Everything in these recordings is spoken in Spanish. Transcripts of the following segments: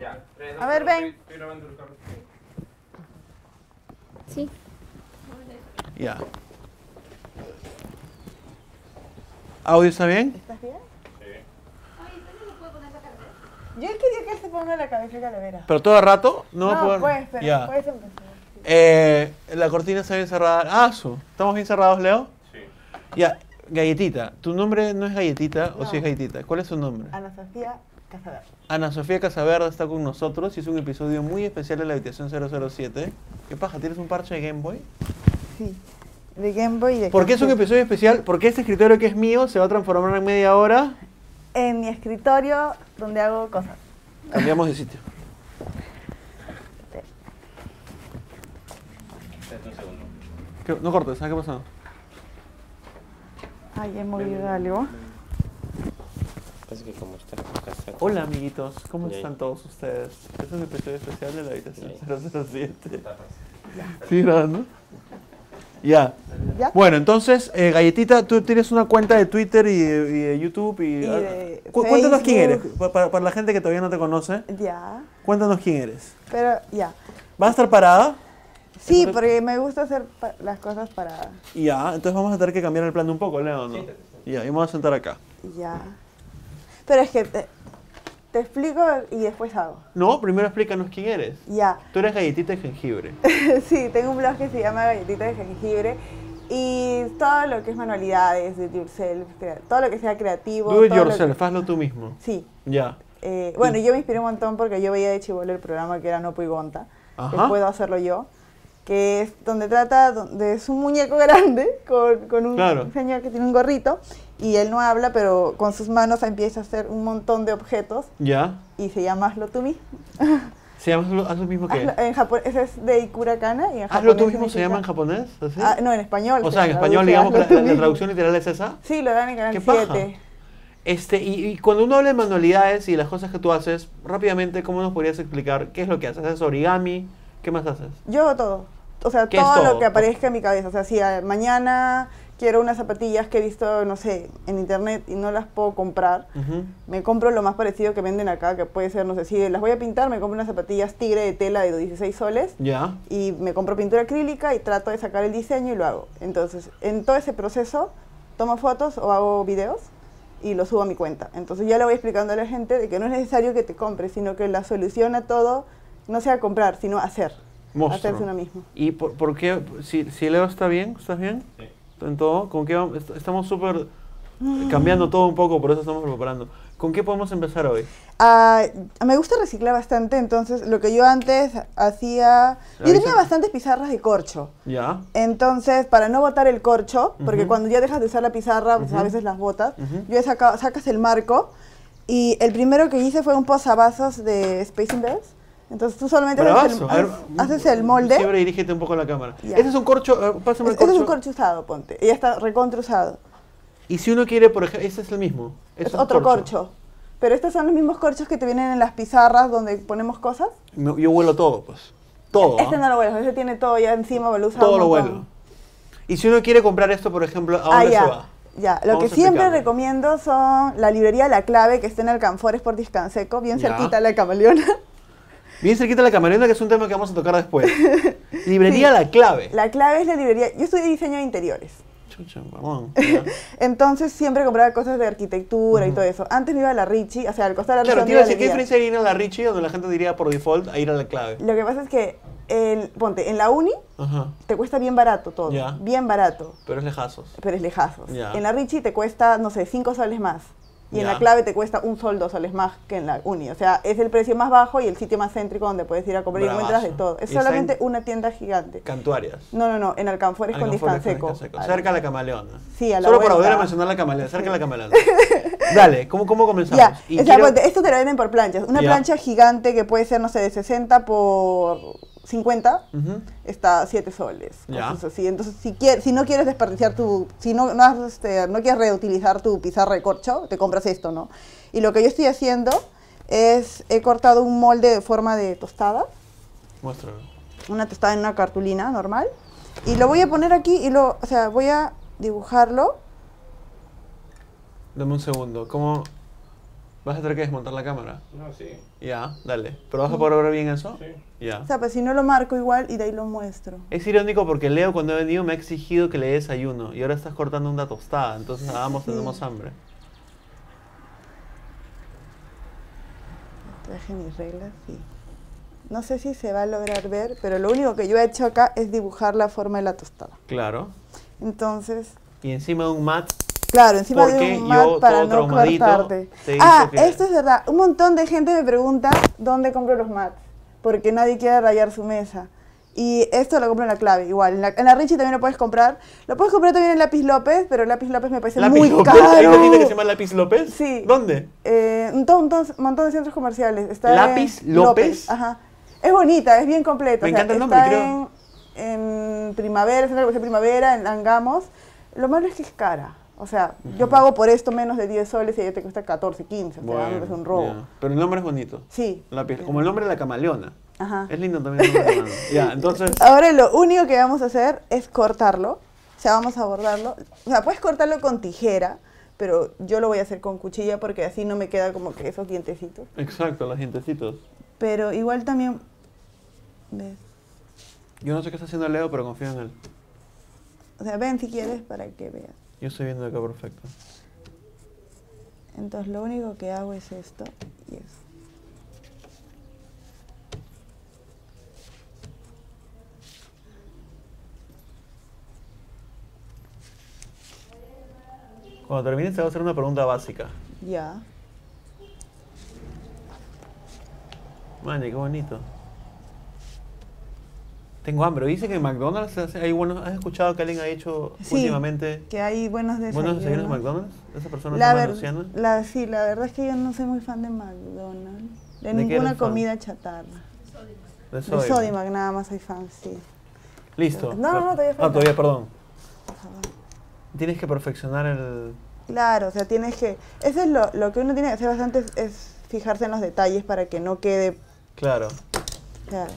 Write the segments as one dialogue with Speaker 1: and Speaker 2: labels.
Speaker 1: Ya, tres,
Speaker 2: A
Speaker 1: dos,
Speaker 2: ver,
Speaker 1: uno,
Speaker 2: ven.
Speaker 1: estoy- Estoy grabando el carro.
Speaker 3: Sí.
Speaker 4: Ya. ¿Audio está bien?
Speaker 2: ¿Estás bien?
Speaker 1: Sí.
Speaker 2: Yo quería que él se ponga la cabeza de calavera.
Speaker 4: ¿Pero todo el rato? No, puedo-
Speaker 2: puedes, pues, pero
Speaker 4: Ya.
Speaker 2: puedes empezar.
Speaker 4: Eh, la cortina está bien cerrada. Ah, su. ¿Estamos bien cerrados, Leo?
Speaker 1: Sí.
Speaker 4: Ya, galletita. ¿Tu nombre no es galletita o
Speaker 2: No.
Speaker 4: sí es galletita? ¿Cuál es tu nombre?
Speaker 2: Ana Sofía Cazador.
Speaker 4: Ana Sofía Casaverde está con nosotros y es un episodio muy especial de la habitación 007. ¿Qué paja? ¿Tienes un parche de Game Boy?
Speaker 2: Sí. De Game Boy y de
Speaker 4: ¿Por qué es un
Speaker 2: Game Boy.
Speaker 4: episodio especial? Porque este escritorio que es mío se va a transformar en media hora.
Speaker 2: En mi escritorio donde hago cosas.
Speaker 4: Cambiamos de sitio.
Speaker 1: Espérate un segundo.
Speaker 4: ¿Qué- No cortes, ¿sabes qué ha pasado?
Speaker 2: Ay, he movido algo.
Speaker 5: Parece que como está en casa.
Speaker 4: Hola amiguitos, ¿cómo
Speaker 5: Yay.
Speaker 4: están todos ustedes? Este es un episodio especial de la habitación
Speaker 5: Yay.
Speaker 4: 007.
Speaker 1: Tapas.
Speaker 4: ¿Sí grabando? Ya.
Speaker 2: ¿Ya?
Speaker 4: Bueno, entonces, eh, Galletita, tú tienes una cuenta de Twitter y de, y de YouTube. Y, ah,
Speaker 2: Y de
Speaker 4: Cu- cuéntanos quién eres,
Speaker 2: Facebook.
Speaker 4: pa- para, para la gente que todavía no te conoce.
Speaker 2: Ya.
Speaker 4: Cuéntanos quién eres.
Speaker 2: Pero ya.
Speaker 4: ¿Vas a estar parada?
Speaker 2: Sí, porque me gusta hacer pa- las cosas para.
Speaker 4: Ya, entonces vamos a tener que cambiar el plan un poco, Leo, ¿no? Ya, y me voy a sentar acá.
Speaker 2: Ya. Pero es que te, te explico y después hago.
Speaker 4: No, primero explícanos quién eres.
Speaker 2: Ya.
Speaker 4: Tú eres Galletita de jengibre.
Speaker 2: sí, tengo un blog que se llama Galletita de Jengibre. Y todo lo que es manualidades, do it yourself, crea- todo lo que sea creativo.
Speaker 4: Do it
Speaker 2: todo lo que-
Speaker 4: yourself, hazlo tú mismo.
Speaker 2: Sí.
Speaker 4: Ya.
Speaker 2: Eh, bueno, yo me inspiré un montón porque yo veía de chivolo el programa que era No Puigonta, que
Speaker 4: Ajá.
Speaker 2: puedo hacerlo yo, que es donde trata, donde es un muñeco grande con, con un
Speaker 4: Claro.
Speaker 2: señor que tiene un gorrito y él no habla, pero con sus manos empieza a hacer un montón de objetos
Speaker 4: Ya.
Speaker 2: y se llama Hazlo tú mismo.
Speaker 4: ¿Se llama hazlo, hazlo mismo que?
Speaker 2: Hazlo- en japonés, ese es de Ikura Kana y en
Speaker 4: ¿Hazlo
Speaker 2: japonés
Speaker 4: tú mismo se
Speaker 2: significa-
Speaker 4: llama en japonés? ¿Así?
Speaker 2: Ah, no, en español.
Speaker 4: o
Speaker 2: se
Speaker 4: sea, en español,
Speaker 2: traduce
Speaker 4: digamos que
Speaker 2: Hazlo
Speaker 4: la,
Speaker 2: tú
Speaker 4: la- la
Speaker 2: mismo.
Speaker 4: traducción literal es esa.
Speaker 2: Sí, lo dan en Canal
Speaker 4: ¿Qué paja?
Speaker 2: 7.
Speaker 4: Este, y, y cuando uno habla de manualidades y las cosas que tú haces, rápidamente, ¿cómo nos podrías explicar qué es lo que haces? ¿Haces origami? ¿Qué más haces?
Speaker 2: Yo hago todo. O sea,
Speaker 4: ¿Qué es
Speaker 2: todo, lo
Speaker 4: todo?
Speaker 2: que aparezca en mi cabeza. O sea, si ah, mañana quiero unas zapatillas que he visto, no sé, en internet y no las puedo comprar,
Speaker 4: Ujú.
Speaker 2: me compro lo más parecido que venden acá, que puede ser, no sé, si las voy a pintar, me compro unas zapatillas tigre de tela de 16 soles
Speaker 4: Ya.
Speaker 2: y me compro pintura acrílica y trato de sacar el diseño y lo hago. Entonces, en todo ese proceso, tomo fotos o hago videos y lo subo a mi cuenta. Entonces ya le voy explicando a la gente de que no es necesario que te compres, sino que la solución a todo no sea comprar, sino hacer.
Speaker 4: Monstruo.
Speaker 2: Hacerse uno mismo.
Speaker 4: ¿Y por, por qué? Si, si Leo está bien, ¿estás bien?
Speaker 1: Sí.
Speaker 4: ¿En todo? ¿Con qué vamos? Est- Estamos súper eh, cambiando todo un poco, por eso estamos preparando. ¿Con qué podemos empezar hoy?
Speaker 2: Ah, me gusta reciclar bastante, entonces lo que yo antes hacía... Yo tenía
Speaker 4: Avisa-
Speaker 2: bastantes pizarras de corcho.
Speaker 4: Ya.
Speaker 2: Entonces, para no botar el corcho, porque
Speaker 4: Ujú.
Speaker 2: cuando ya dejas de usar la pizarra, pues, a
Speaker 4: Ujú.
Speaker 2: veces las botas,
Speaker 4: Ujú.
Speaker 2: yo he sacado, sacas el marco y el primero que hice fue un posavasos de Space Invaders. Entonces tú solamente haces Ah, el,
Speaker 4: Bravazo. A ver,
Speaker 2: haces- haces el molde.
Speaker 4: Siempre dirígete un poco a la cámara.
Speaker 2: Ya.
Speaker 4: Este es un corcho, eh, pásame el
Speaker 2: Este
Speaker 4: corcho.
Speaker 2: es un corcho usado, ponte. Y ya está recontra usado.
Speaker 4: Y si uno quiere, por ejemplo, este es el mismo.
Speaker 2: Es
Speaker 4: Este
Speaker 2: otro corcho. Pero estos son los mismos corchos que te vienen en las pizarras donde ponemos cosas.
Speaker 4: Me- Yo huelo todo, pues. Todo.
Speaker 2: Este
Speaker 4: ¿ah?
Speaker 2: no lo vuelves, este tiene todo ya encima, lo usa
Speaker 4: todo
Speaker 2: un
Speaker 4: lo
Speaker 2: montón.
Speaker 4: huelo. Y si uno quiere comprar esto, por ejemplo, ¿a
Speaker 2: Ah,
Speaker 4: dónde
Speaker 2: ya.
Speaker 4: se va?
Speaker 2: Ya, lo
Speaker 4: Vamos
Speaker 2: que
Speaker 4: a
Speaker 2: siempre
Speaker 4: explicarlo.
Speaker 2: recomiendo son la librería La Clave, que está en Alcanfores por Discanseco, bien
Speaker 4: Ya. Eh.
Speaker 2: cerquita a la camaleona.
Speaker 4: Bien cerquita de la camarena, que es un tema que vamos a tocar después. Librería La Clave.
Speaker 2: La Clave es la librería. Yo estudié diseño de interiores.
Speaker 4: Chucha, perdón. Ya.
Speaker 2: Entonces siempre compraba cosas de arquitectura y
Speaker 4: Ujú.
Speaker 2: todo eso. Antes me iba a la Richie, o sea, al costado de la
Speaker 4: Claro, te
Speaker 2: Richie.
Speaker 4: iba a
Speaker 2: donde
Speaker 4: decir, ¿qué
Speaker 2: iba la
Speaker 4: diferencia hay en ir a la Richie, donde la gente diría por default a ir a la clave?
Speaker 2: librería. Lo que pasa es que, el, ponte, en la uni
Speaker 4: Ajá.
Speaker 2: te cuesta bien barato todo.
Speaker 4: Ya.
Speaker 2: Bien barato,
Speaker 4: Pero es lejazos.
Speaker 2: pero es lejazos.
Speaker 4: Ya.
Speaker 2: En la Richie te cuesta, no sé, cinco soles más. Y en
Speaker 4: Ya.
Speaker 2: la clave te cuesta un sol, dos soles más que en la uni. O sea, es el precio más bajo y el sitio más céntrico donde puedes ir a comprar y encuentras de
Speaker 4: Bravazo.
Speaker 2: todo. Es
Speaker 4: Y está
Speaker 2: solamente
Speaker 4: en-
Speaker 2: una tienda gigante.
Speaker 4: Cantuarias.
Speaker 2: No, no, no, en Alcanfores con
Speaker 4: Alcanfor,
Speaker 2: Discanseco.
Speaker 4: Descanseco. Cerca a la camaleona.
Speaker 2: Sí, a la
Speaker 4: Solo
Speaker 2: vuelta.
Speaker 4: para volver a mencionar la camaleona. Cerca a la camaleona. Dale, ¿cómo, cómo comenzamos?
Speaker 2: Ya,
Speaker 4: Y
Speaker 2: o sea, pues,
Speaker 4: quiero-
Speaker 2: ponte, esto te lo venden por planchas. Una
Speaker 4: Ya.
Speaker 2: plancha gigante que puede ser, no sé, de 60 por 50,
Speaker 4: Ujú.
Speaker 2: está a 7 soles.
Speaker 4: Ya.
Speaker 2: Cosas así. Entonces, si, quieres, si no quieres desperdiciar tu. Si no, no, has, este, no quieres reutilizar tu pizarra de corcho, te compras esto, ¿no? Y lo que yo estoy haciendo es. He cortado un molde de forma de tostada,
Speaker 4: Muéstralo.
Speaker 2: una tostada en una cartulina normal, y lo voy a poner aquí y lo. O sea, voy a dibujarlo.
Speaker 4: Dame un segundo. ¿Cómo vas a tener que desmontar la cámara?
Speaker 1: No, sí.
Speaker 4: Ya, dale. ¿Pero vas a poder ver bien eso?
Speaker 1: Sí.
Speaker 4: Ya.
Speaker 2: O sea, pues si no lo marco igual y de ahí lo muestro.
Speaker 4: Es irónico porque Leo cuando he venido me ha exigido que le dé desayuno y ahora estás cortando una tostada, entonces ambos tenemos hambre.
Speaker 2: Traje mis reglas y... No sé si se va a lograr ver, pero lo único que yo he hecho acá es dibujar la forma de la tostada.
Speaker 4: Claro.
Speaker 2: Entonces,
Speaker 4: Y encima de un mat,
Speaker 2: Claro, encima
Speaker 4: Porque
Speaker 2: de
Speaker 4: yo,
Speaker 2: un mat para
Speaker 4: todo
Speaker 2: no
Speaker 4: traumadito,
Speaker 2: cortarte.
Speaker 4: te hice
Speaker 2: Ah,
Speaker 4: que-
Speaker 2: esto es verdad. Un montón de gente me pregunta dónde compro los mats, porque nadie quiere rayar su mesa. Y esto lo compro en la clave, igual. En la, en la Richie también lo puedes comprar. Lo puedes comprar también en Lápiz López, pero Lápiz López me parece
Speaker 4: lápiz
Speaker 2: muy
Speaker 4: López. ¿Hay una tienda que se
Speaker 2: caro.
Speaker 4: llama Lápiz López?
Speaker 2: Sí.
Speaker 4: ¿Dónde?
Speaker 2: Eh, un ton- ton- montón de centros comerciales. Está
Speaker 4: ¿Lápiz
Speaker 2: en
Speaker 4: López?
Speaker 2: Ajá. Es bonita, es bien completa.
Speaker 4: Me
Speaker 2: o sea,
Speaker 4: encanta el nombre,
Speaker 2: está
Speaker 4: creo.
Speaker 2: En, en Primavera, Centro Comercial Primavera, en Angamos. Lo malo es que es cara. O sea, yo pago por esto menos de 10 soles y ella te cuesta 14, 15. O sea,
Speaker 4: Bueno,
Speaker 2: ah, es un robo.
Speaker 4: ya. Pero el nombre es bonito.
Speaker 2: Sí.
Speaker 4: Lápiz, como el nombre de la camaleona.
Speaker 2: Ajá.
Speaker 4: Es lindo también el nombre de la camaleona. Ya, entonces,
Speaker 2: Ahora lo único que vamos a hacer es cortarlo. O sea, vamos a bordarlo. O sea, puedes cortarlo con tijera, pero yo lo voy a hacer con cuchilla porque así no me queda como que esos dientecitos.
Speaker 4: exacto, los dientecitos.
Speaker 2: Pero igual también... ¿Ves?
Speaker 4: Yo no sé qué está haciendo Leo, pero confío en él.
Speaker 2: O sea, ven si quieres para que veas.
Speaker 4: Yo estoy viendo acá perfecto.
Speaker 2: Entonces lo único que hago es esto y eso.
Speaker 4: Cuando termines te voy a hacer una pregunta básica.
Speaker 2: Ya.
Speaker 4: Mani, qué bonito. Tengo hambre. Dice que en McDonald's hace- hay buenos. ¿Has escuchado que alguien ha hecho
Speaker 2: Sí.
Speaker 4: últimamente
Speaker 2: Que hay buenos desayunos.
Speaker 4: buenos desayunos en McDonald's? ¿Esa persona
Speaker 2: La,
Speaker 4: se llama
Speaker 2: ver-
Speaker 4: Luciana?
Speaker 2: la- sí, la verdad es que yo no soy muy fan de McDonald's. De,
Speaker 4: ¿De qué
Speaker 2: ninguna
Speaker 4: eres fan?
Speaker 2: comida chatarra.
Speaker 4: De
Speaker 2: De
Speaker 4: Sodimac.
Speaker 2: Sodimac nada más soy fan, sí.
Speaker 4: Listo.
Speaker 2: No, no, no, todavía falta.
Speaker 4: Ah, todavía, perdón.
Speaker 2: Por favor.
Speaker 4: Tienes que perfeccionar el.
Speaker 2: Claro, o sea, tienes que... Eso es lo, lo que uno tiene que hacer bastante es, es fijarse en los detalles para que no quede...
Speaker 4: Claro.
Speaker 2: Claro.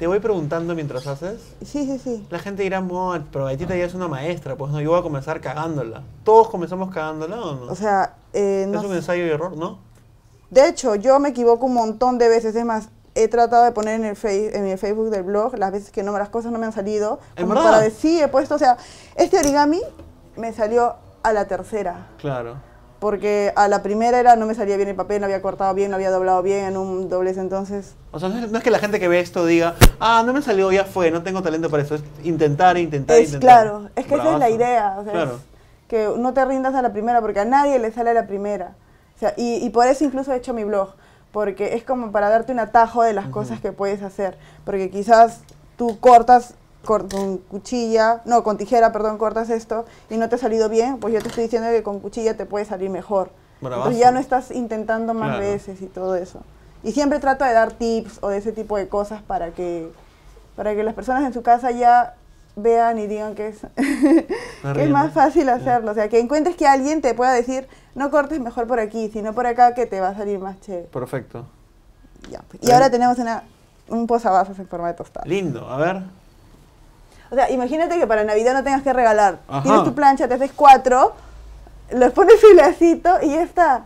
Speaker 4: Te voy preguntando mientras haces.
Speaker 2: Sí, sí, sí.
Speaker 4: La gente dirá, "Mo, pero Betita ya es una maestra, pues no, yo voy a comenzar cagándola. ¿Todos comenzamos cagándola o no?
Speaker 2: O sea, eh, no
Speaker 4: es un
Speaker 2: sé.
Speaker 4: ensayo y error, ¿no?
Speaker 2: De hecho, yo me equivoco un montón de veces. Es más, he tratado de poner en el, face, en el Facebook del blog las veces que no me- las cosas no me han salido.
Speaker 4: ¿En
Speaker 2: como
Speaker 4: verdad?
Speaker 2: para decir, sí, he puesto, o sea, este origami me salió a la tercera.
Speaker 4: Claro.
Speaker 2: Porque a la primera era no me salía bien el papel, no había cortado bien, no había doblado bien en un doblez, entonces...
Speaker 4: O sea, no es, no es que la gente que ve esto diga, ah, no me salió, ya fue, no tengo talento para eso. Es intentar, intentar,
Speaker 2: Es
Speaker 4: intentar.
Speaker 2: claro, es que esa es la
Speaker 4: Bravazo.
Speaker 2: idea, o sea,
Speaker 4: claro.
Speaker 2: es que no te rindas a la primera, porque a nadie le sale a la primera. O sea, y, y por eso incluso he hecho mi blog, porque es como para darte un atajo de las cosas que puedes hacer, porque quizás tú cortas cor- con cuchilla, no, con tijera, perdón, cortas esto y no te ha salido bien, pues yo te estoy diciendo que con cuchilla te puede salir mejor.
Speaker 4: Bravazo.
Speaker 2: Entonces ya no estás intentando más
Speaker 4: Claro.
Speaker 2: veces y todo eso. Y siempre trato de dar tips o de ese tipo de cosas para que para que las personas en su casa ya vean y digan que es, que es
Speaker 4: riendo.
Speaker 2: más fácil
Speaker 4: Ya.
Speaker 2: hacerlo. O sea, que encuentres que alguien te pueda decir, no cortes mejor por aquí, sino por acá que te va a salir más chévere.
Speaker 4: Perfecto.
Speaker 2: Ya, pues. Y
Speaker 4: Bueno.
Speaker 2: ahora tenemos una, un posavasos en forma de tostada.
Speaker 4: Lindo, a ver.
Speaker 2: O sea, imagínate que para Navidad no tengas que regalar.
Speaker 4: Ajá.
Speaker 2: Tienes tu plancha, te haces cuatro, los pones filacito y ya está.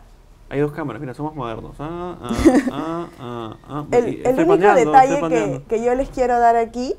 Speaker 4: Hay dos cámaras, mira, somos modernos. Ah, ah, ah, ah, ah. Y
Speaker 2: El, el
Speaker 4: estoy
Speaker 2: único
Speaker 4: paneando,
Speaker 2: detalle
Speaker 4: estoy
Speaker 2: que,
Speaker 4: paneando.
Speaker 2: que yo les quiero dar aquí,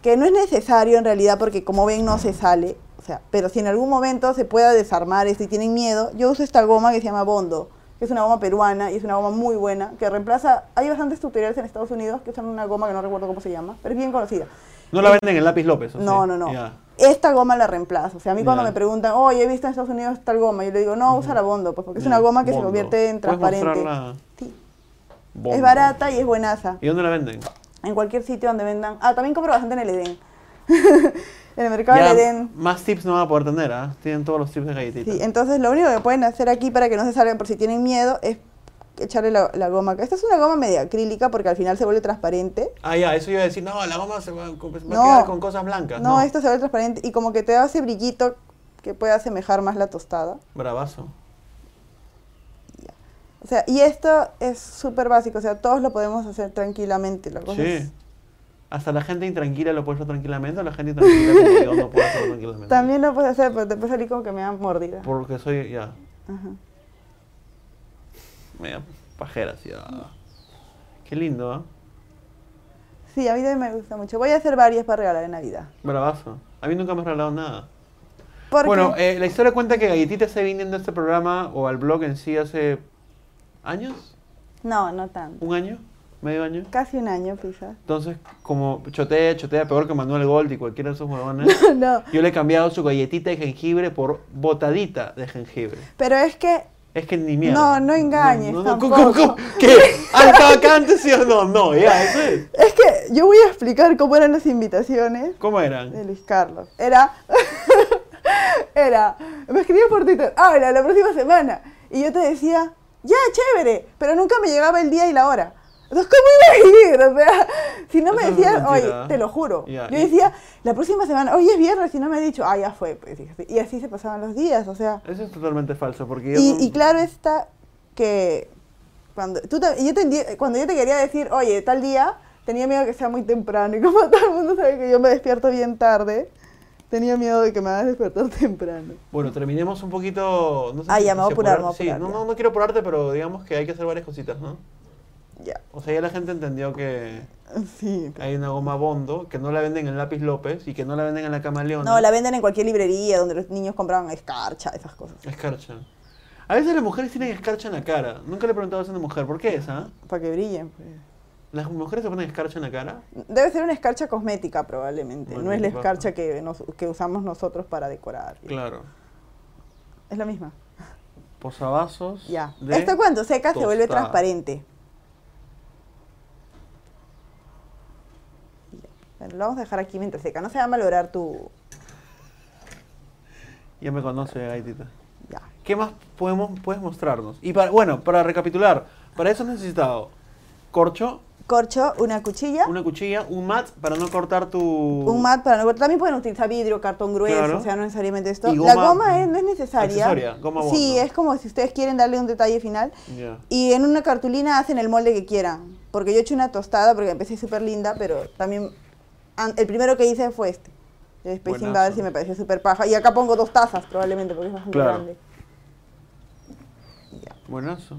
Speaker 2: que no es necesario en realidad, porque como ven no se sale, o sea, pero si en algún momento se pueda desarmar esto y tienen miedo, yo uso esta goma que se llama Bondo, que es una goma peruana y es una goma muy buena, que reemplaza, hay bastantes tutoriales en Estados Unidos que usan una goma que no recuerdo cómo se llama, pero es bien conocida.
Speaker 4: No la venden en lápiz López. ¿o
Speaker 2: No,
Speaker 4: sí?
Speaker 2: no, no.
Speaker 4: Ya.
Speaker 2: Esta goma la reemplaza. O sea, a mí cuando
Speaker 4: Ya.
Speaker 2: me preguntan, oye, he visto en Estados Unidos tal goma, yo le digo, no, usa la Bondo, pues porque es una
Speaker 4: Ya.
Speaker 2: goma que se
Speaker 4: Bondo.
Speaker 2: convierte en
Speaker 4: ¿Puedes
Speaker 2: transparente.
Speaker 4: mostrarla?
Speaker 2: Sí. Es
Speaker 4: Bomba.
Speaker 2: barata y es buenaza
Speaker 4: ¿Y dónde la venden?
Speaker 2: en cualquier sitio donde vendan. Ah, también compro bastante en el Edén. en el mercado
Speaker 4: Ya,
Speaker 2: del Edén.
Speaker 4: Más tips no van a poder tener, ¿ah? Tienen todos los tips de galletitas.
Speaker 2: Sí, entonces lo único que pueden hacer aquí para que no se salgan por si tienen miedo es echarle la, la goma acá. Esta es una goma media acrílica porque al final se vuelve transparente.
Speaker 4: Ah, ya, eso iba a decir, no, la goma se va, a- va
Speaker 2: No.
Speaker 4: a quedar con cosas blancas.
Speaker 2: No, esto se vuelve transparente y como que te da ese brillito que puede asemejar más la tostada.
Speaker 4: Bravazo.
Speaker 2: O sea, y esto es súper básico, o sea, todos lo podemos hacer tranquilamente. La cosa es-
Speaker 4: Sí. Hasta la gente intranquila lo puede hacer tranquilamente, o la gente intranquila como yo no puedo hacerlo tranquilamente.
Speaker 2: También lo puedes hacer, pero te puede salir como que me dan mordida.
Speaker 4: Porque soy, ya,
Speaker 2: Ajá.
Speaker 4: media pajera, así. ah. Qué lindo, ¿ah?
Speaker 2: Sí, a mí también me gusta mucho. Voy a hacer varias para regalar en Navidad.
Speaker 4: Bravazo. A mí nunca me has regalado nada.
Speaker 2: Porque
Speaker 4: Bueno, eh, la historia cuenta que Galletita se viniendo a este programa o al blog en sí hace años,
Speaker 2: No, no tanto.
Speaker 4: un año, medio año.
Speaker 2: Casi un año, quizás.
Speaker 4: Entonces, como chotea, chotea peor que Manuel Gold y cualquiera de esos huevones,
Speaker 2: no.
Speaker 4: yo le he cambiado su galletita de jengibre por botadita de jengibre.
Speaker 2: Pero es que
Speaker 4: Es que ni mierda.
Speaker 2: No, no engañes,
Speaker 4: ¿Cómo,
Speaker 2: tampoco.
Speaker 4: cómo, cómo? ¿Qué? ¿Ah, estaba acá antes sí o no? No, ya, eso es.
Speaker 2: Es que yo voy a explicar cómo eran las invitaciones
Speaker 4: ¿Cómo eran?
Speaker 2: de Luis Carlos. Era. era. Me escribía por Twitter, habla la próxima semana. Y yo te decía, ya, chévere, pero nunca me llegaba el día y la hora. Entonces, ¿cómo iba a ir? O sea, si no me
Speaker 4: Eso es
Speaker 2: decían,
Speaker 4: una
Speaker 2: oye,
Speaker 4: mentira.
Speaker 2: te lo juro.
Speaker 4: Ya,
Speaker 2: yo
Speaker 4: y-
Speaker 2: decía, la próxima semana, hoy es viernes, y no me ha dicho, ah, ya fue. pues, y así- y así se pasaban los días, o sea.
Speaker 4: Eso es totalmente falso, porque yo...
Speaker 2: Y,
Speaker 4: no-
Speaker 2: y claro está que cuando, tú te- yo te enti- cuando yo te quería decir, oye, tal día, tenía miedo que sea muy temprano. Y como todo el mundo sabe que yo me despierto bien tarde, tenía miedo de que me hagas despertar temprano.
Speaker 4: Bueno, terminemos un poquito... No sé
Speaker 2: Ah, ya, me voy a apurar, me voy a
Speaker 4: Sí,
Speaker 2: apurar,
Speaker 4: no,
Speaker 2: ya.
Speaker 4: no, no quiero apurarte, pero digamos que hay que hacer varias cositas, ¿no?
Speaker 2: Ya,
Speaker 4: O sea, ya la gente entendió que
Speaker 2: sí.
Speaker 4: hay una goma Bondo, que no la venden en Lápiz López y que no la venden en la Cama Leona.
Speaker 2: No, la venden en cualquier librería donde los niños compraban escarcha, esas cosas.
Speaker 4: Escarcha. A veces las mujeres tienen escarcha en la cara. Nunca le he preguntado eso a una mujer. ¿Por qué es, ah?
Speaker 2: Para que brillen. pues.
Speaker 4: ¿Las mujeres se ponen escarcha en la cara?
Speaker 2: Debe ser una escarcha cosmética probablemente. no es la
Speaker 4: Maldita
Speaker 2: escarcha que, nos- que usamos nosotros para decorar.
Speaker 4: Claro.
Speaker 2: Es la misma.
Speaker 4: Posavasos.
Speaker 2: Ya. Este
Speaker 4: de-
Speaker 2: Esto cuando seca se vuelve
Speaker 4: tostada.
Speaker 2: transparente. Ya. Bueno, lo vamos a dejar aquí mientras seca. No se va a malograr tu...
Speaker 4: Ya me conoce, Gaitita.
Speaker 2: Ya.
Speaker 4: ¿Qué más podemos, puedes mostrarnos? Y para, bueno, para recapitular, para eso has necesitado corcho,
Speaker 2: Corcho, una cuchilla,
Speaker 4: una cuchilla, un mat para no cortar tu...
Speaker 2: un mat para no... También pueden utilizar vidrio, cartón grueso,
Speaker 4: Claro.
Speaker 2: o sea, no necesariamente esto.
Speaker 4: Y
Speaker 2: La
Speaker 4: goma
Speaker 2: goma es- no es necesaria.
Speaker 4: accesoria, goma
Speaker 2: sí,
Speaker 4: bondo.
Speaker 2: es como si ustedes quieren darle un detalle final.
Speaker 4: Ya.
Speaker 2: Y en una cartulina hacen el molde que quieran. Porque yo he hecho una tostada porque empecé súper linda, pero también an- el primero que hice fue este. De Space
Speaker 4: Buenazo.
Speaker 2: Invaders y me pareció súper paja. Y acá pongo dos tazas probablemente porque es bastante
Speaker 4: Claro.
Speaker 2: grande.
Speaker 4: Buenazo.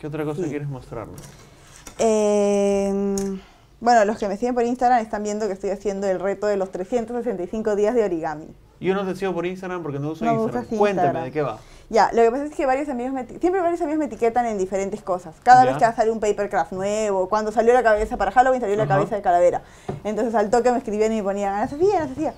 Speaker 4: ¿Qué otra cosa
Speaker 2: Sí.
Speaker 4: quieres mostrarnos?
Speaker 2: Eh, bueno, los que me siguen por Instagram están viendo que estoy haciendo el reto de los 365 días de origami.
Speaker 4: Yo no te sigo por Instagram porque no uso
Speaker 2: No
Speaker 4: Instagram.
Speaker 2: usas
Speaker 4: Cuéntame,
Speaker 2: Instagram.
Speaker 4: ¿de qué va?
Speaker 2: Ya, lo que pasa es que varios amigos me eti- siempre varios amigos me etiquetan en diferentes cosas. Cada
Speaker 4: Ya.
Speaker 2: vez que sale un papercraft nuevo, cuando salió la cabeza para Halloween salió la
Speaker 4: Ajá.
Speaker 2: cabeza de calavera. Entonces al toque me escribían y me ponían, Ana Sofía, Ana Sofía.